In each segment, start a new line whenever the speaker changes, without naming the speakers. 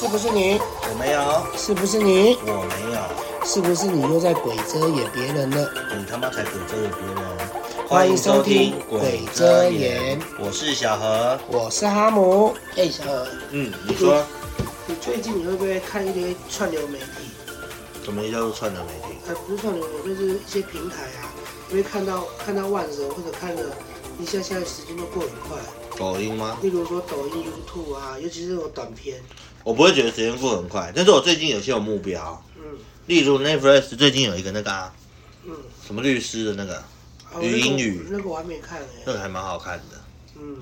是不是你？
我没有，
是不是你？
我没有，
是不是你又在鬼遮掩别人了？
你他妈才鬼遮眼别人！哦
欢迎收听鬼遮眼，
我是小何。
我是哈姆。哎、小何，
嗯，你说
你最近你会不会看一些串流媒体？
什么叫做串流媒体？
呃，不是串流媒体，就是一些平台啊，你会看到看到万人或者看了一下下，时间都过很快。
抖音吗？
例如说抖音、YouTube 啊，尤其是那种短片，
我不会觉得时间过很快，但是我最近有些有目标，
嗯
例如 Netflix 最近有一个那个、啊、
嗯，
什么律师的那个，
啊
语音语
那个我那个我还没看哎、
那个还蛮好看的。
嗯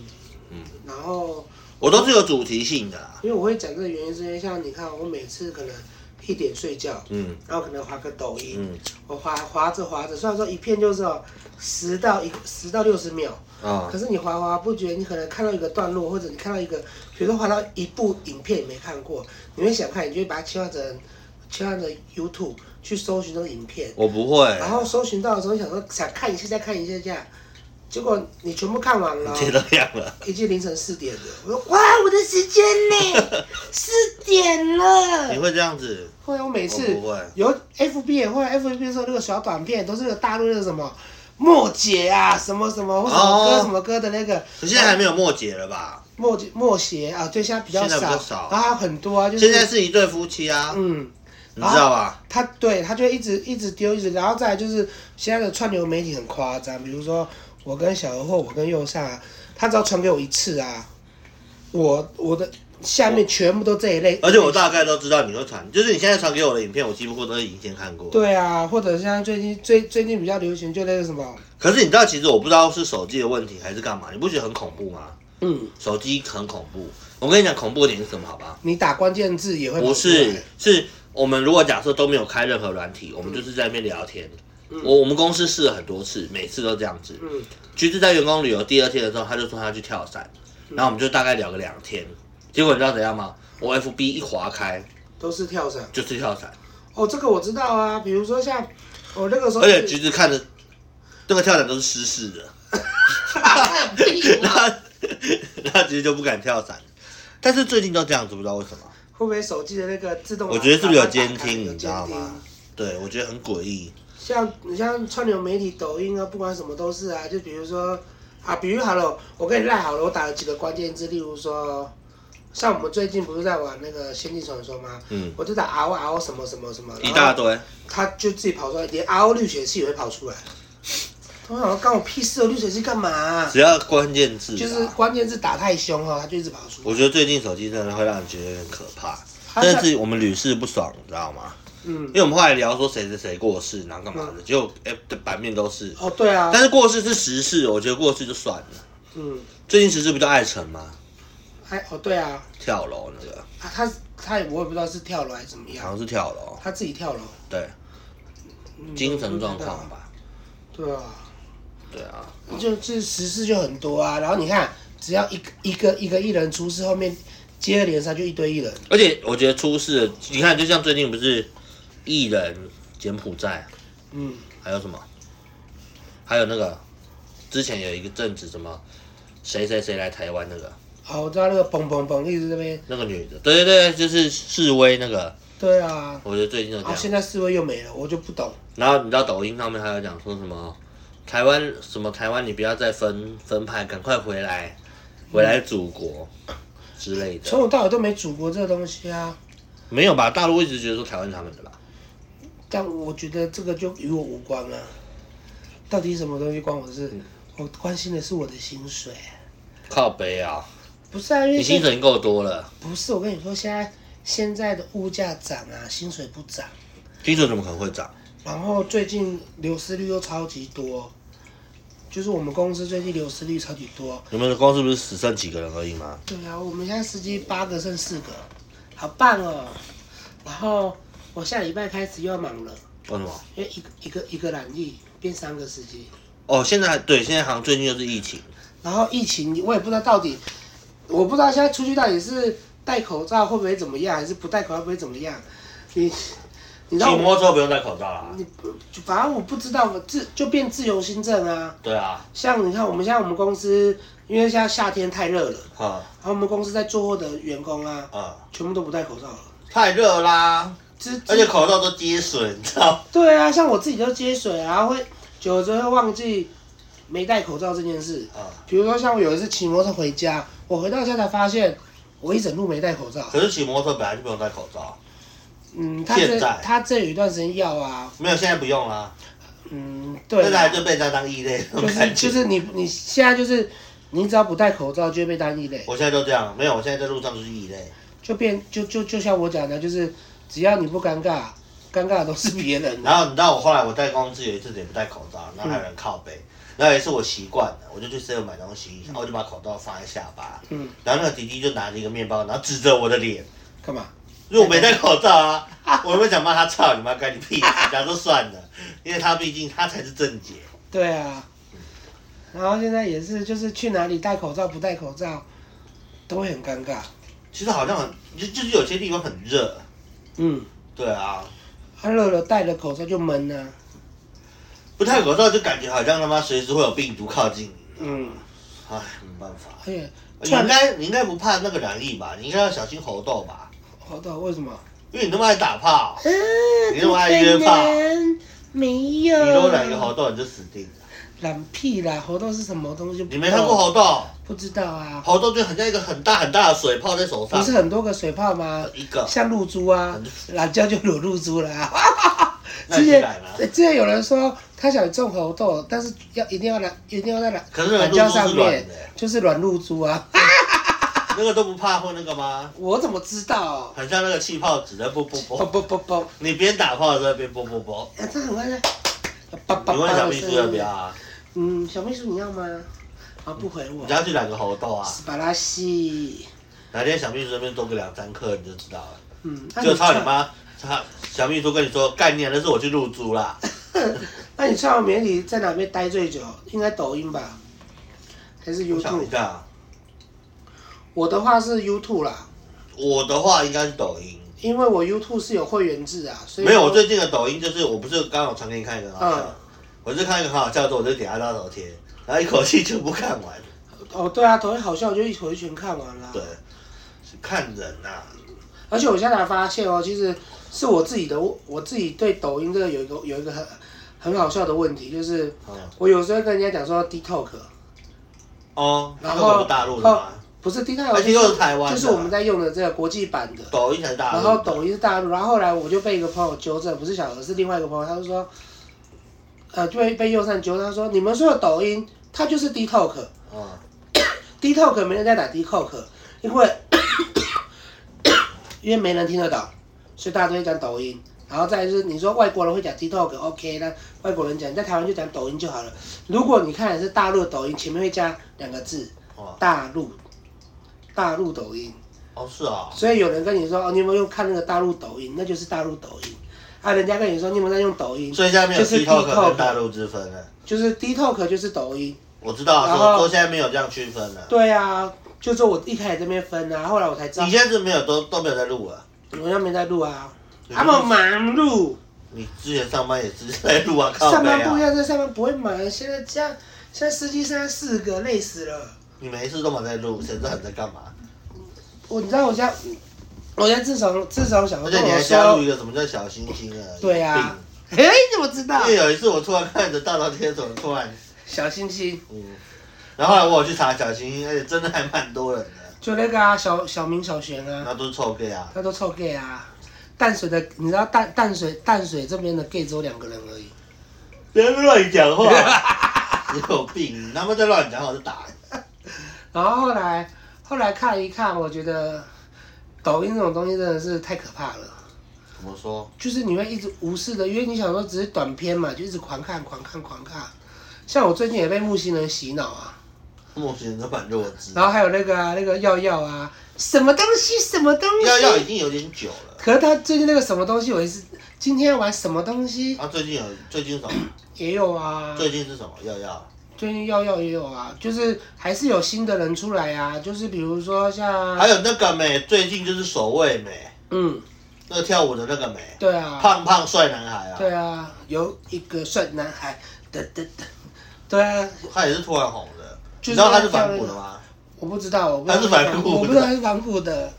嗯，
然后
我都是有主题性的啦。
因为我会讲这个原因是因为像你看，我每次可能一点睡觉，
嗯
然后可能滑个抖音，
嗯
我哦滑滑着滑着，虽然说一片就是哦十到一十到六十秒，
啊
可，是你滑滑不觉得你可能看到一个段落，或者你看到一个，比如说滑到一部影片你没看过，你会想看，你就会把它切换成切换成 YouTube 去搜寻那个影片，
我不会。
然后搜寻到的时候想说想看一下再看一下下，结果你全部看完了，
就这样了。
已经凌晨四点了，我说哇我的时间 呢，四点了
你。会这样子？
后来我每次
我不会
有 FB 也会 FB 的时候，那个小短片都是那个大陆那个什么莫姐啊，什么什么或什么歌、
哦
什么歌的那个
可现在还没有末节了吧？
莫莫邪啊，对，现在比较
现在
少，
比较少
然后还有很多啊，就是
现在是一对夫妻啊，
嗯，
你知道吧？
他对他就一直一直丢，一直，然后再来就是现在的串流媒体很夸张，比如说我跟小何或我跟右上、啊，他只要传给我一次啊，我我的下面全部都这一类，
而且我大概都知道你会传，就是你现在传给我的影片，我几乎都已经先看过。。
对啊，或者像最近最最近比较流行就那个什么，
可是你知道，其实我不知道是手机的问题还是干嘛，你不觉得很恐怖吗？
嗯，
手机很恐怖。我跟你讲，恐怖的点是什么？好吧？
你打关键字也会
不
跑出来
是，是我们如果假设都没有开任何软
嗯
体，我们就是在那边聊天。我我们公司试了很多次，每次都这样子。
嗯
橘子在员工旅游第二天的时候，他就说他去跳伞，
嗯
然后我们就大概聊个两天。结果你知道怎样吗？我 FB 一划开
都是跳伞
就是跳伞，
哦，这个我知道啊，比如说像我那个时候
而且
是，
橘子看着这个跳伞都是湿湿的，
看屁股
然
啊
后 然后橘子就不敢跳伞。但是最近都这样子，不知道为什么。
会不会手机的那个自动
我觉得是不是有监
啊打开
听，
有
你知道
监听
吗？对，我觉得很诡异。
像你像串流媒体、抖音啊，不管什么都是啊。就比如说啊，比如好了，我跟你赖好了，我打了几个关键字，例如说，像我们最近不是在玩那个《仙境传说》吗？
嗯，
我就打 R O R O 什么什么什么，
一大
然后
堆。
他就自己跑出来，连 R O 滤水器也会跑出来。我想说干我屁事哦，滤水器干嘛啊、
只要关键字啊，
就是关键字打太凶了，他就一直跑出来。
我觉得最近手机真的会让人觉得有点可怕，
他
但
在
是我们屡试不爽，你知道吗？
嗯
因，为我们后来聊说谁谁谁过世，然后干嘛的，结果哎、这版面都是。
哦对啊，
但是过世是时事，我觉得过世就算了。
嗯，
最近时事不就艾辰吗？
还哦对啊，
跳楼那个，
啊他他也我也不知道是跳楼还是怎么
好
样，
像是跳楼，
他自己跳楼，
对，
嗯
精神状况吧。
对啊，
对啊，
就是时事就很多啊。然后你看，只要一个一个一个艺人出事，后面接二连三就一堆艺人。
而且我觉得出事了，你看，就像最近不是艺人柬埔寨，
嗯，
还有什么？还有那个之前有一个阵子什么谁谁谁来台湾那个
哦好，我知道那个砰砰砰一直这边。
那个女的，对对对，就是示威那个，
对啊，
我觉得最近就这
然后
样。
现在四位又没了，我就不懂。
然后你知道抖音上面还有讲说什么台湾什么台湾，你不要再分分派，赶快回来，
嗯
回来祖国之类的。
从头到尾都没祖国这个东西啊。
没有吧？大陆一直觉得说台湾是他们的吧？
但我觉得这个就与我无关啊。到底什么东西关我的事？
嗯
我关心的是我的薪水。
靠北啊！
不是啊，因
你
为
薪
现在
水已经够多了，
不是我跟你说，现在现在的物价涨啊，薪水不涨。
薪水怎么可能会涨？
然后最近流失率又超级多，就是我们公司最近流失率超级多。
你们的公司不是只剩几个人而已吗？
对啊，我们现在司机八个剩四个，好棒哦。然后我下礼拜开始又要忙了，
为什么？
因为一个一个一个揽意变三个司机，
哦，现在对，现在好像最近又是疫情。
然后疫情我也不知道到底，我不知道现在出去到底是戴口罩会不会怎么样，还是不戴口罩会不会怎么样？你你知道
骑
我
摩托车不用戴口罩啦。
你就反正我不知道，自就变自由新政啊。
对啊，
像你看，我们现在我们公司因为现在夏天太热了，
啊
然后我们公司在做货的员工啊，
啊，
全部都不戴口罩了。
太热啦，
之之
而且口罩都接水，你知道？
对啊，像我自己都接水啊，然后会久了之后会忘记没戴口罩这件事。
啊，
比如说像我有一次骑摩托车回家，我回到家才发现我一整路没戴口罩。
可是骑摩托车本来就不用戴口罩，
嗯，他
现
这
在
他这有一段时间要啊，
没有现在不用啦，
嗯，对
现在
啊，
就被人家当异类那
就
种
是
感
就
觉。
是你你现在就是你只要不戴口罩就会被单异类，
我现在就这样，没有，我现在在路上就是异类。
就变就就就像我讲的，就是只要你不尴尬，尴尬的都是别人啊的。
然后你知道我后来我在公司有一次也不戴口罩，然后还有人靠背。然后有一次我习惯了，我就去 seven 买东西，然后我就把口罩放在下巴，
嗯，
然后那个弟弟就拿着一个面包，然后指着我的脸，
干嘛？
因为我没戴口罩啊， 我有没有想骂他操你妈干你屁事，然后就算了，因为他毕竟他才是正解，
对啊，然后现在也是，就是去哪里戴口罩不戴口罩，都会很尴尬。
其实好像很就就是有些地方很热，
嗯，
对啊，
他热了戴了口罩就闷啊。
不戴口罩就感觉好像他妈随时会有病毒靠近你，
嗯，
唉，没办法。
而且
你应该你应该不怕那个染疫吧？你应该要小心猴痘吧？
好的，为什么？
因为你那么爱打炮，
嗯，
你怎么还约炮
不可能？没
你
有。
都染一个猴痘你就死定了。
懒屁啦，猴痘是什么东西？
你没看过？猴痘？
不知道啊，
猴痘就很像一个很大很大的水泡在手
不
上，
是很多个水泡吗？
一个。
像露珠啊
很，
懒觉就有露珠了、啊。
那
之
你
前
染了？
之前有人说他想种猴痘，但是要一定要染，一定要在染
可是那
染
个
胶
露珠
上
是软
面
的，
就是软露珠啊。
那个都不怕会那个吗？
我怎么知道？
很像那个气泡纸在啵啵
不
啵，
不不不，
你边打炮的时候边啵啵啵。
哎这很快的。叭叭
你问
叭
小
的
秘
声
书要不要
音。
啊？
嗯，小秘书你要吗？啊，不回我
你。要去染个猴痘啊？
斯巴拉西。
哪天小秘书那边多个两三克你就知道了。
嗯，那
就
你
操
串
你妈！他小秘书跟你说概念，那是我去入租啦。
那你串完媒体在哪边待最久？应该抖音吧，还是
我想
YouTube？
一下，
我的话是 YouTube 啦，
我的话应该是抖音。
因为我 YouTube 是有会员制啊，所以嗯
没有，
说
我最近的抖音就是，我不是刚好传给你看一个很好笑的，我就看一个很好笑的，我就点下到头贴，然后一口气全部看完。
哦对啊，抖音好笑我就一口气全看完了。
对，是看人呐、
而且我现在才发现哦，其实是我自己的，我自己对抖音这个有一个有一个很很好笑的问题，就是
嗯
我有时候跟人家讲说 D Talk，
哦，
然
那
后
个不是大陆的吗？
不是 D Talk，
而且又是啊台湾的
就是我们在用的这个国际版的。
抖音才是大
然
陆。
后抖音是大陆，然后后来我就被一个朋友纠正，不是小何，是另外一个朋友，他就说，呃，就被被右善纠正，他说你们说的抖音，它就是 D Talk，D
嗯，
Talk 没人在打 D Talk，因为因为没人听得懂，所以大家都会讲抖音。然后再来就是你说外国人会讲 TikTok，OK，、那外国人讲，你在台湾就讲抖音就好了。如果你看的是大陆的抖音，前面会加两个字
哦，
大陆，大陆抖音。
哦是啊、
所以有人跟你说哦，你有没有用看那个大陆抖音？那就是大陆抖音。啊，人家跟你说你有没有在用抖音？
所以现在没有
就是
TikTok
TikTok
跟大陆之分了。
就是 TikTok 就是抖音。
我知道，
然
说
后
说现在没有这样区分了。
对啊，就是我一开始这边分啊，后来我才知道
你，现在是没有都都没有在录了。
我又没在录啊，
你
他们忙碌，
你之前上班也是 在录啊，靠
上
背
班不一
啊。
样，在上班不会忙。现在这样，现在司机剩下四个，累死了。
你每一次都没有在录，谁知道你在干嘛？
我你知道我现在，我现在自从自从小何
而
跟
且你
我
还加入
说，
一个什么叫小星星啊？
对啊
病
哎，你怎么知道
因？为有一次我突然看着大头贴怎么突然，
小星星
嗯，然后后来我有去查小星星，而且真的还蛮多人的，
就那个啊，小小明小璇啊。
那都是臭 gay 啊，
他都臭 gay 啊。淡水的，你知道淡淡水淡水这边的 gay 只有两个人而已。
不要乱讲话，你有病，你他妈再乱讲话我就打你。
然后后来后来看一看，我觉得抖音这种东西真的是太可怕了。
怎么说？
就是你会一直无视的，因为你想说只是短片嘛，就一直狂看狂看狂看。像我最近也被木星人洗脑啊，
梦行人反弱智，
然后还有那个啊那个耀耀啊，什么东西什么东西。
耀耀已经有点久了，
可是他最近那个什么东西，我也是今天要玩什么东西
他最近有最近什么？
也有啊。
最近是什么？耀耀
最近药药也有啊，就是还是有新的人出来啊，就是比如说像，
还有那个美，最近就是守卫美，
嗯，
那个跳舞的那个美，
对啊，
胖胖帅男孩啊，
对啊，有一个帅男孩，的的的，对啊，
他也是突然红的，
就是
你知道他
他
是反骨的？吗？
我不知道，我不知
他
道
是
反
反骨的
我不知道他是反骨的。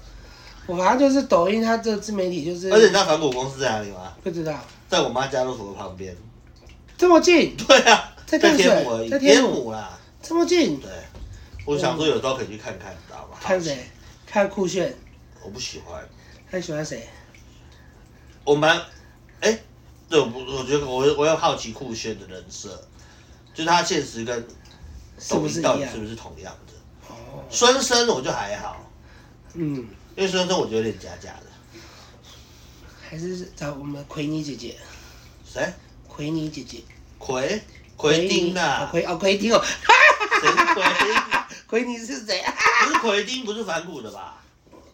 我反正就是抖音，它这个自媒体就是
而且你 知道反骨公司在哪里吗？
不知道
在我妈家乐福的旁边。
这么近，
对啊，
在
在
淡水
天母而已，
在天
天
母
母啦。
这么近，
对，我想说有时候可以去看看，你知道吗？
看？谁？看酷炫，
我不喜欢，
他喜欢谁？
我蛮，哎、对，我不，我觉得我我有好奇酷炫的人设，就是他现实跟
是
抖
不是
音
一
到
样
底？是不是同样的？
哦，
孙生我就还好，
嗯，
因为孙生我觉得有点假假的。
还是找我们奎妮姐姐，
谁？
奎妮姐姐，
奎
奎
奎丁
啊，
啊？
奎哦奎丁哦，
谁
啊
是奎丁？
奎妮是谁啊？
不是奎丁，不是反骨的吧？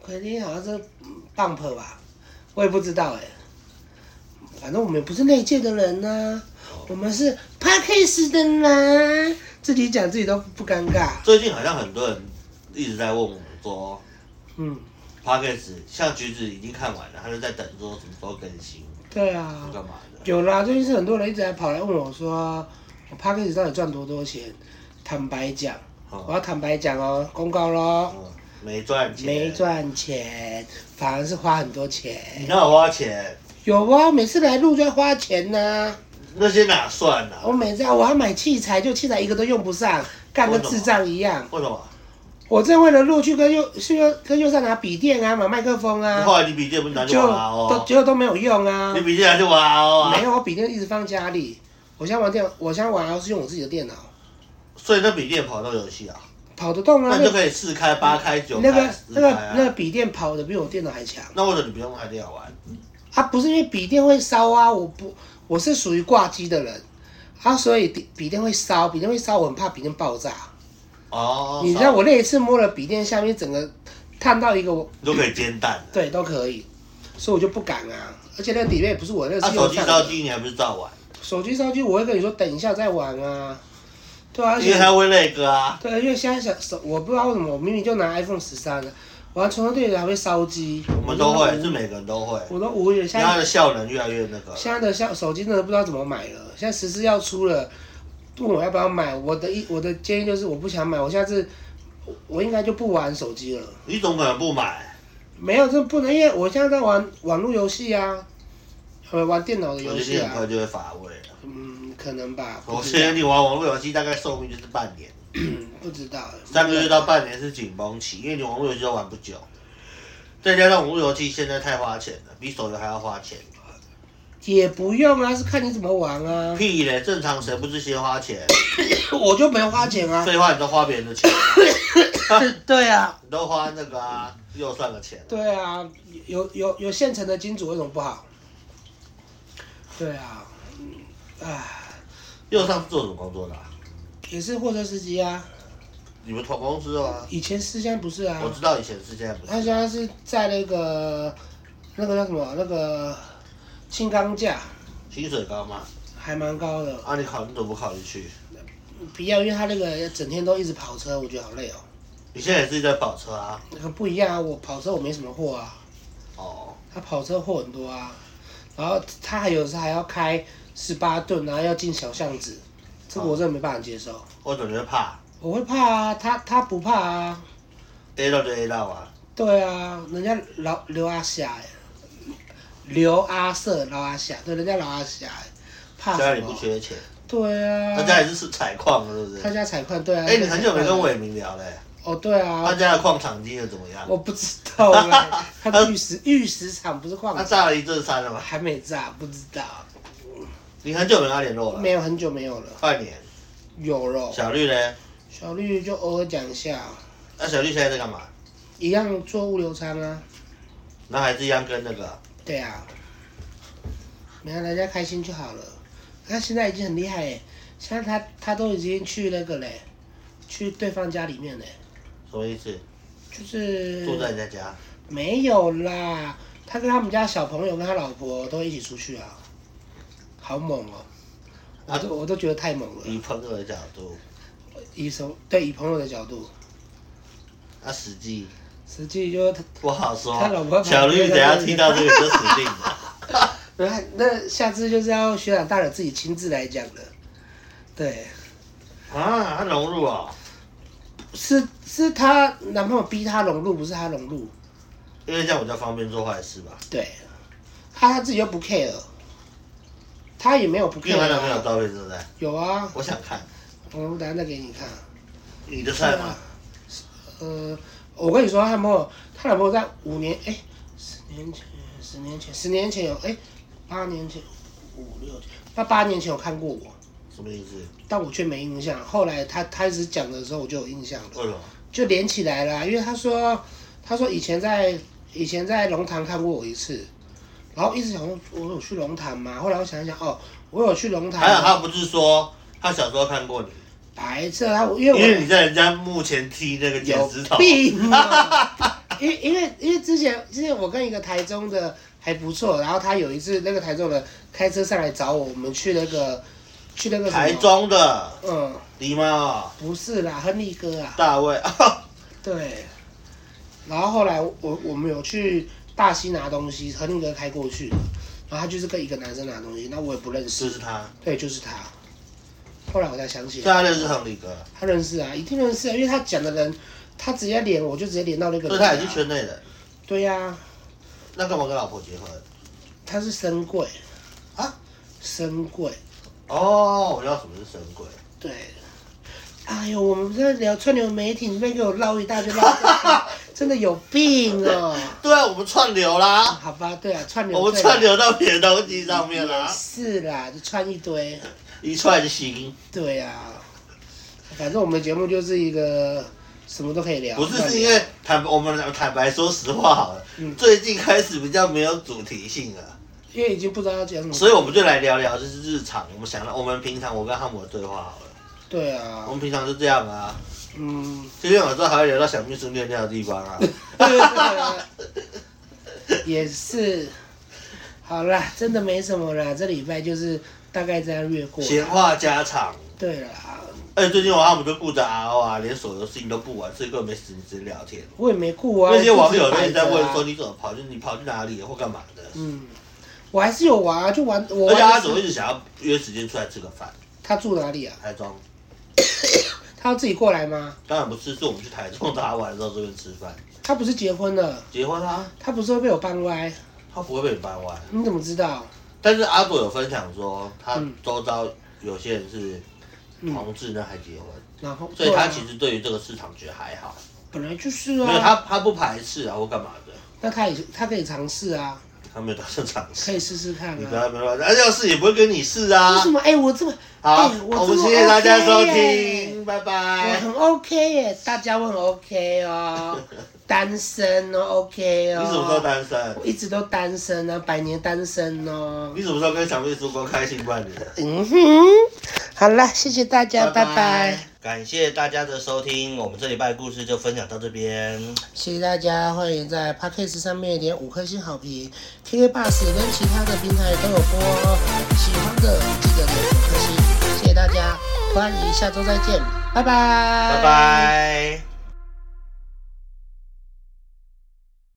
奎丁好像是 bump 吧，我也不知道哎、反正我们不是内界的人呐、我们是 p a c k a g e 的人，自己讲自己都不尴尬。
最近好像很多人一直在问我说
嗯，
p o d c a s 像橘子已经看完了，他就在等说什么时候更新，
对啊，
干嘛的？
有啦，最近是很多人一直在跑来问我说，我 p a c k a g e 到底赚多多钱？坦白讲，我
哦，
要坦白讲哦，公告喽，
嗯，没赚钱，
没。赚钱，反而是花很多钱。
你那有花钱，
有啊，每次来录就要花钱呐、
那些哪算啊？
我每次啊我要买器材，就器材一个都用不上，干跟智障一样。啊
为什么？
我正为了录去跟右去跟右上拿笔电啊，买麦克风
你
啊，
后来你笔记不是拿去
就
玩
都
哦？
结果都没有用啊
你。笔记拿去玩哦？
没有，我笔电一直放家里。我现在玩电，我现在玩 O 是用我自己的电脑，
所以那笔记也跑到游戏啊？
跑得动啊。
那你就可以四开、八开、九
那
开、
个
十
那
开
个那个
啊。
笔电跑的比我电脑还强。
那为什么你不用开电脑玩？
啊，不是因为笔电会烧啊，我不，我是属于挂机的人，啊，所以笔笔电会烧，笔电会烧，我很怕笔电爆炸。
哦，
你知道我那一次摸了笔电下面整个探到一个我，
你就可以煎蛋了。
对，都可以，所以我就不敢啊。而且那个底面也不是我那个
那
是
啊手
用
机
上
烧
的，
机你还不是照玩？
手机烧机，我会跟你说等一下再玩啊。对啊，而
因为
且
它会那个啊。
对，因为现在想手，我不知道为什么，我明明就拿 iPhone 十三了，我还从头到尾还会烧机。
我们都会，
我
是
都无
每个人都会。
嗯我都无语了。现
因为它
在
的效能越来越那个。
现在的像手机真的不知道怎么买了，现在十四要出了，问我要不要买，我的一我的建议就是我不想买，我下次我我应该就不玩手机了。
你总可能不买，
没有，这不能，因为我现在在玩网络游戏啊，呃，玩电脑
我
的
觉
游
得你
戏
很
啊
快，就会乏味了。
嗯，可能吧，不
我
知
觉得
道，嗯
你玩网络游戏大概寿命就是半
啊
年，
不知道，
三个月到半年是紧绷期，因为你网络游戏都玩不久。再加上网络游戏现在太花钱了，比手游还要花钱。
也不用啊，是看你怎么玩啊，
屁嘞，正常谁不是先花钱？
我就没花钱啊，
废话，你都花别人的钱，
对啊，
你都花那个啊，又算个钱。
对啊，有有有现成的金主为什么不好？对啊，嗯，唉，
又上是做什么工作的、啊？
也是货车司机啊，
你们同公司的吗？
以前是现在不是啊
我，知道以前是，现在不
他
是。
现在是在那个那个叫什么那个轻钢架，
薪水高吗？
还蛮高的。
啊，你考你怎么不考虑去？
不要，因为他那个整天都一直跑车，我觉得好累哦。
你现在也是在跑车啊？
那个不一样啊，我跑车我没什么货啊，
哦，
他跑车货很多啊。然后他还有时还要开十八吨，然后要进小巷子，这个我真的没办法接受。
我总觉得怕
我会怕啊，他他不怕啊，
，A 到就 A 到啊。
对啊，人家老刘阿霞欸，刘阿瑟老阿霞，对，人家老阿霞欸，怕
家
什
里不
么？
缺钱，
对啊，
他家也是采矿的，是不
他
是？
家采矿，对啊。
哎，你很久没跟
我
伟明聊嘞，
哦，对啊，
他家的矿场经营怎么样？
我不知道啦，他的玉石玉石厂不是矿
他
场，
炸了一阵山了吗？
还没炸，不知道，
你很久没跟他联络了，
没有很久没有了，
半年。
有了。
小绿嘞？
小绿就偶尔讲一下，
那小绿现在在干嘛？
一样做物流仓啊，
那还是一样跟那个
对啊，没让大家开心就好了。他现在已经很厉害哎，现在他他都已经去那个嘞，去对方家里面嘞，
什么意思？
就是
住在人家家，啊
没有啦，他跟他们家小朋友跟他老婆都一起出去啊，好猛哦、我都我都觉得太猛了。
以朋友的角度，
以什么对以朋友的角度，
那啊实际
实际就是他
不好说
他老婆。
小绿等一下听到这个就死定了。
那那下次就是要学长大人自己亲自来讲了。对，
啊，他融入哦，
是是她男朋友逼她融入，不是她融入。
因为这样我比较方便做坏事吧。
对，她她自己又不 care，她也没有不
因
care
为她男朋友
啊。
照片对不对？
有啊，
我想看
我等下再给你看。
你的菜吗？
呃，我跟你说，她男朋友，她男朋友在五年，哎、十年前，十年前，十年前有，哎、八年前，五六，她八年前有看过我，
什么意思？
但我却没印象。后来她开始讲的时候，我就有印象了。
为什么？
就连起来了啊、因为他说他说以前在以前在龙潭看过我一次，然后一直想说我有去龙潭吗？后来我想一想哦，我有去龙
还有
潭，
他不是说他小时候看过你，
白色他因
因为
为
你在人家墓前踢那个
我
剪
有
石头。
病 啊、因为因为因为之前之前我跟一个台中的还不错，然后他有一次那个台中的开车上来找我，我们去那个去那个什么
台中的
嗯
狸猫啊
不是啦，亨利哥啊，
大 卫，哦
对，然后后来我我们有去大溪拿东西，和那个开过去的，然后他就是跟一个男生拿东西，那我也不认
就
识，
是他，
对，就是他。后来我才想起
所以
来，
他认识亨利哥，
他认识啊，一定认识啊，因为他讲的人，他直接连我就直接连到那个
所以
人、啊
他也是圈内人。
对呀、
那干嘛跟老婆结婚？
他是深贵
啊，
深贵，
哦，我知道什么是神鬼。
对。哎呦，我们在聊串流媒体，你被给我绕一大圈，绕一大 圈真的有病哦！
对啊，我们串流啦，
好吧，对啊，串流
我们
最
串流到别的东西上面啦，
啊是啦，就穿一堆。
一串行，
对呀、反正我们节目就是一个什么都可以聊。啊
不是是因为坦，我们坦白说实话好了
嗯，
最近开始比较没有主题性了。
因为已经不知道要讲什么。
所以我们就来聊聊，就是日常，我们想到我们平常我跟汉姆的对话好了，
对
我
啊，
们平常就这样啊，
嗯，
今天晚上还会聊到小秘书尿尿的地方啊，
也是。好啦，真的没什么啦，这礼拜就是大概这样略过。
闲话家常。
对啦，
哎，最近我汉姆就顾着 RO 啊，连手游事情都不玩，所以根本没时间聊天。
我也没顾啊。
那些网友
我
都
自己
一直在
摆着
问
啊
说，你怎么跑去你跑去哪里或干嘛的，
嗯，我还是有玩啊，就玩我
而
玩
且
的是。
他怎么一直想要约时间出来吃个饭？
他住哪里啊？
台中
他要自己过来吗？
当然不是，是我们去台中找他玩的时候顺便吃饭。
他不是结婚了？
结婚啊，
他不是会被我搬歪？
他不会被你搬完。
你怎么知道？
但是阿朵有分享说，他
嗯
周遭有些人是
嗯
同志呢还结婚，
然后，
所以他
对啊
其实对于这个市场觉得还好，
本来就是
没
啊，
有他他不排斥啊或干嘛的，
那他也他可以尝试啊，
他没有打算尝
可
试。
以试试看
你不
啊。
要没办法，啊要试也不会跟你试
为
啊
什。么？哎、我这么
好，
哎我
我们
这么
谢谢大家收
OK 耶
听，拜
我
拜。
很 OK 耶，大家我很 OK 哦，单身哦 OK 哦。
你什么时候？单身
我？一直都单身啊，百年单身哦。
你什么时候跟小秘书公开性伴侣？
嗯哼，好啦，谢谢大家，呃拜拜。
感谢大家的收听，我们这礼拜的故事就分享到这边。
谢谢大家，欢迎在 Podcast 上面点五颗星好评，KK Bus 跟其他的平台都有播哦。喜欢的记得点五颗星，谢谢大家，欢迎下周再见，拜拜，
拜。拜。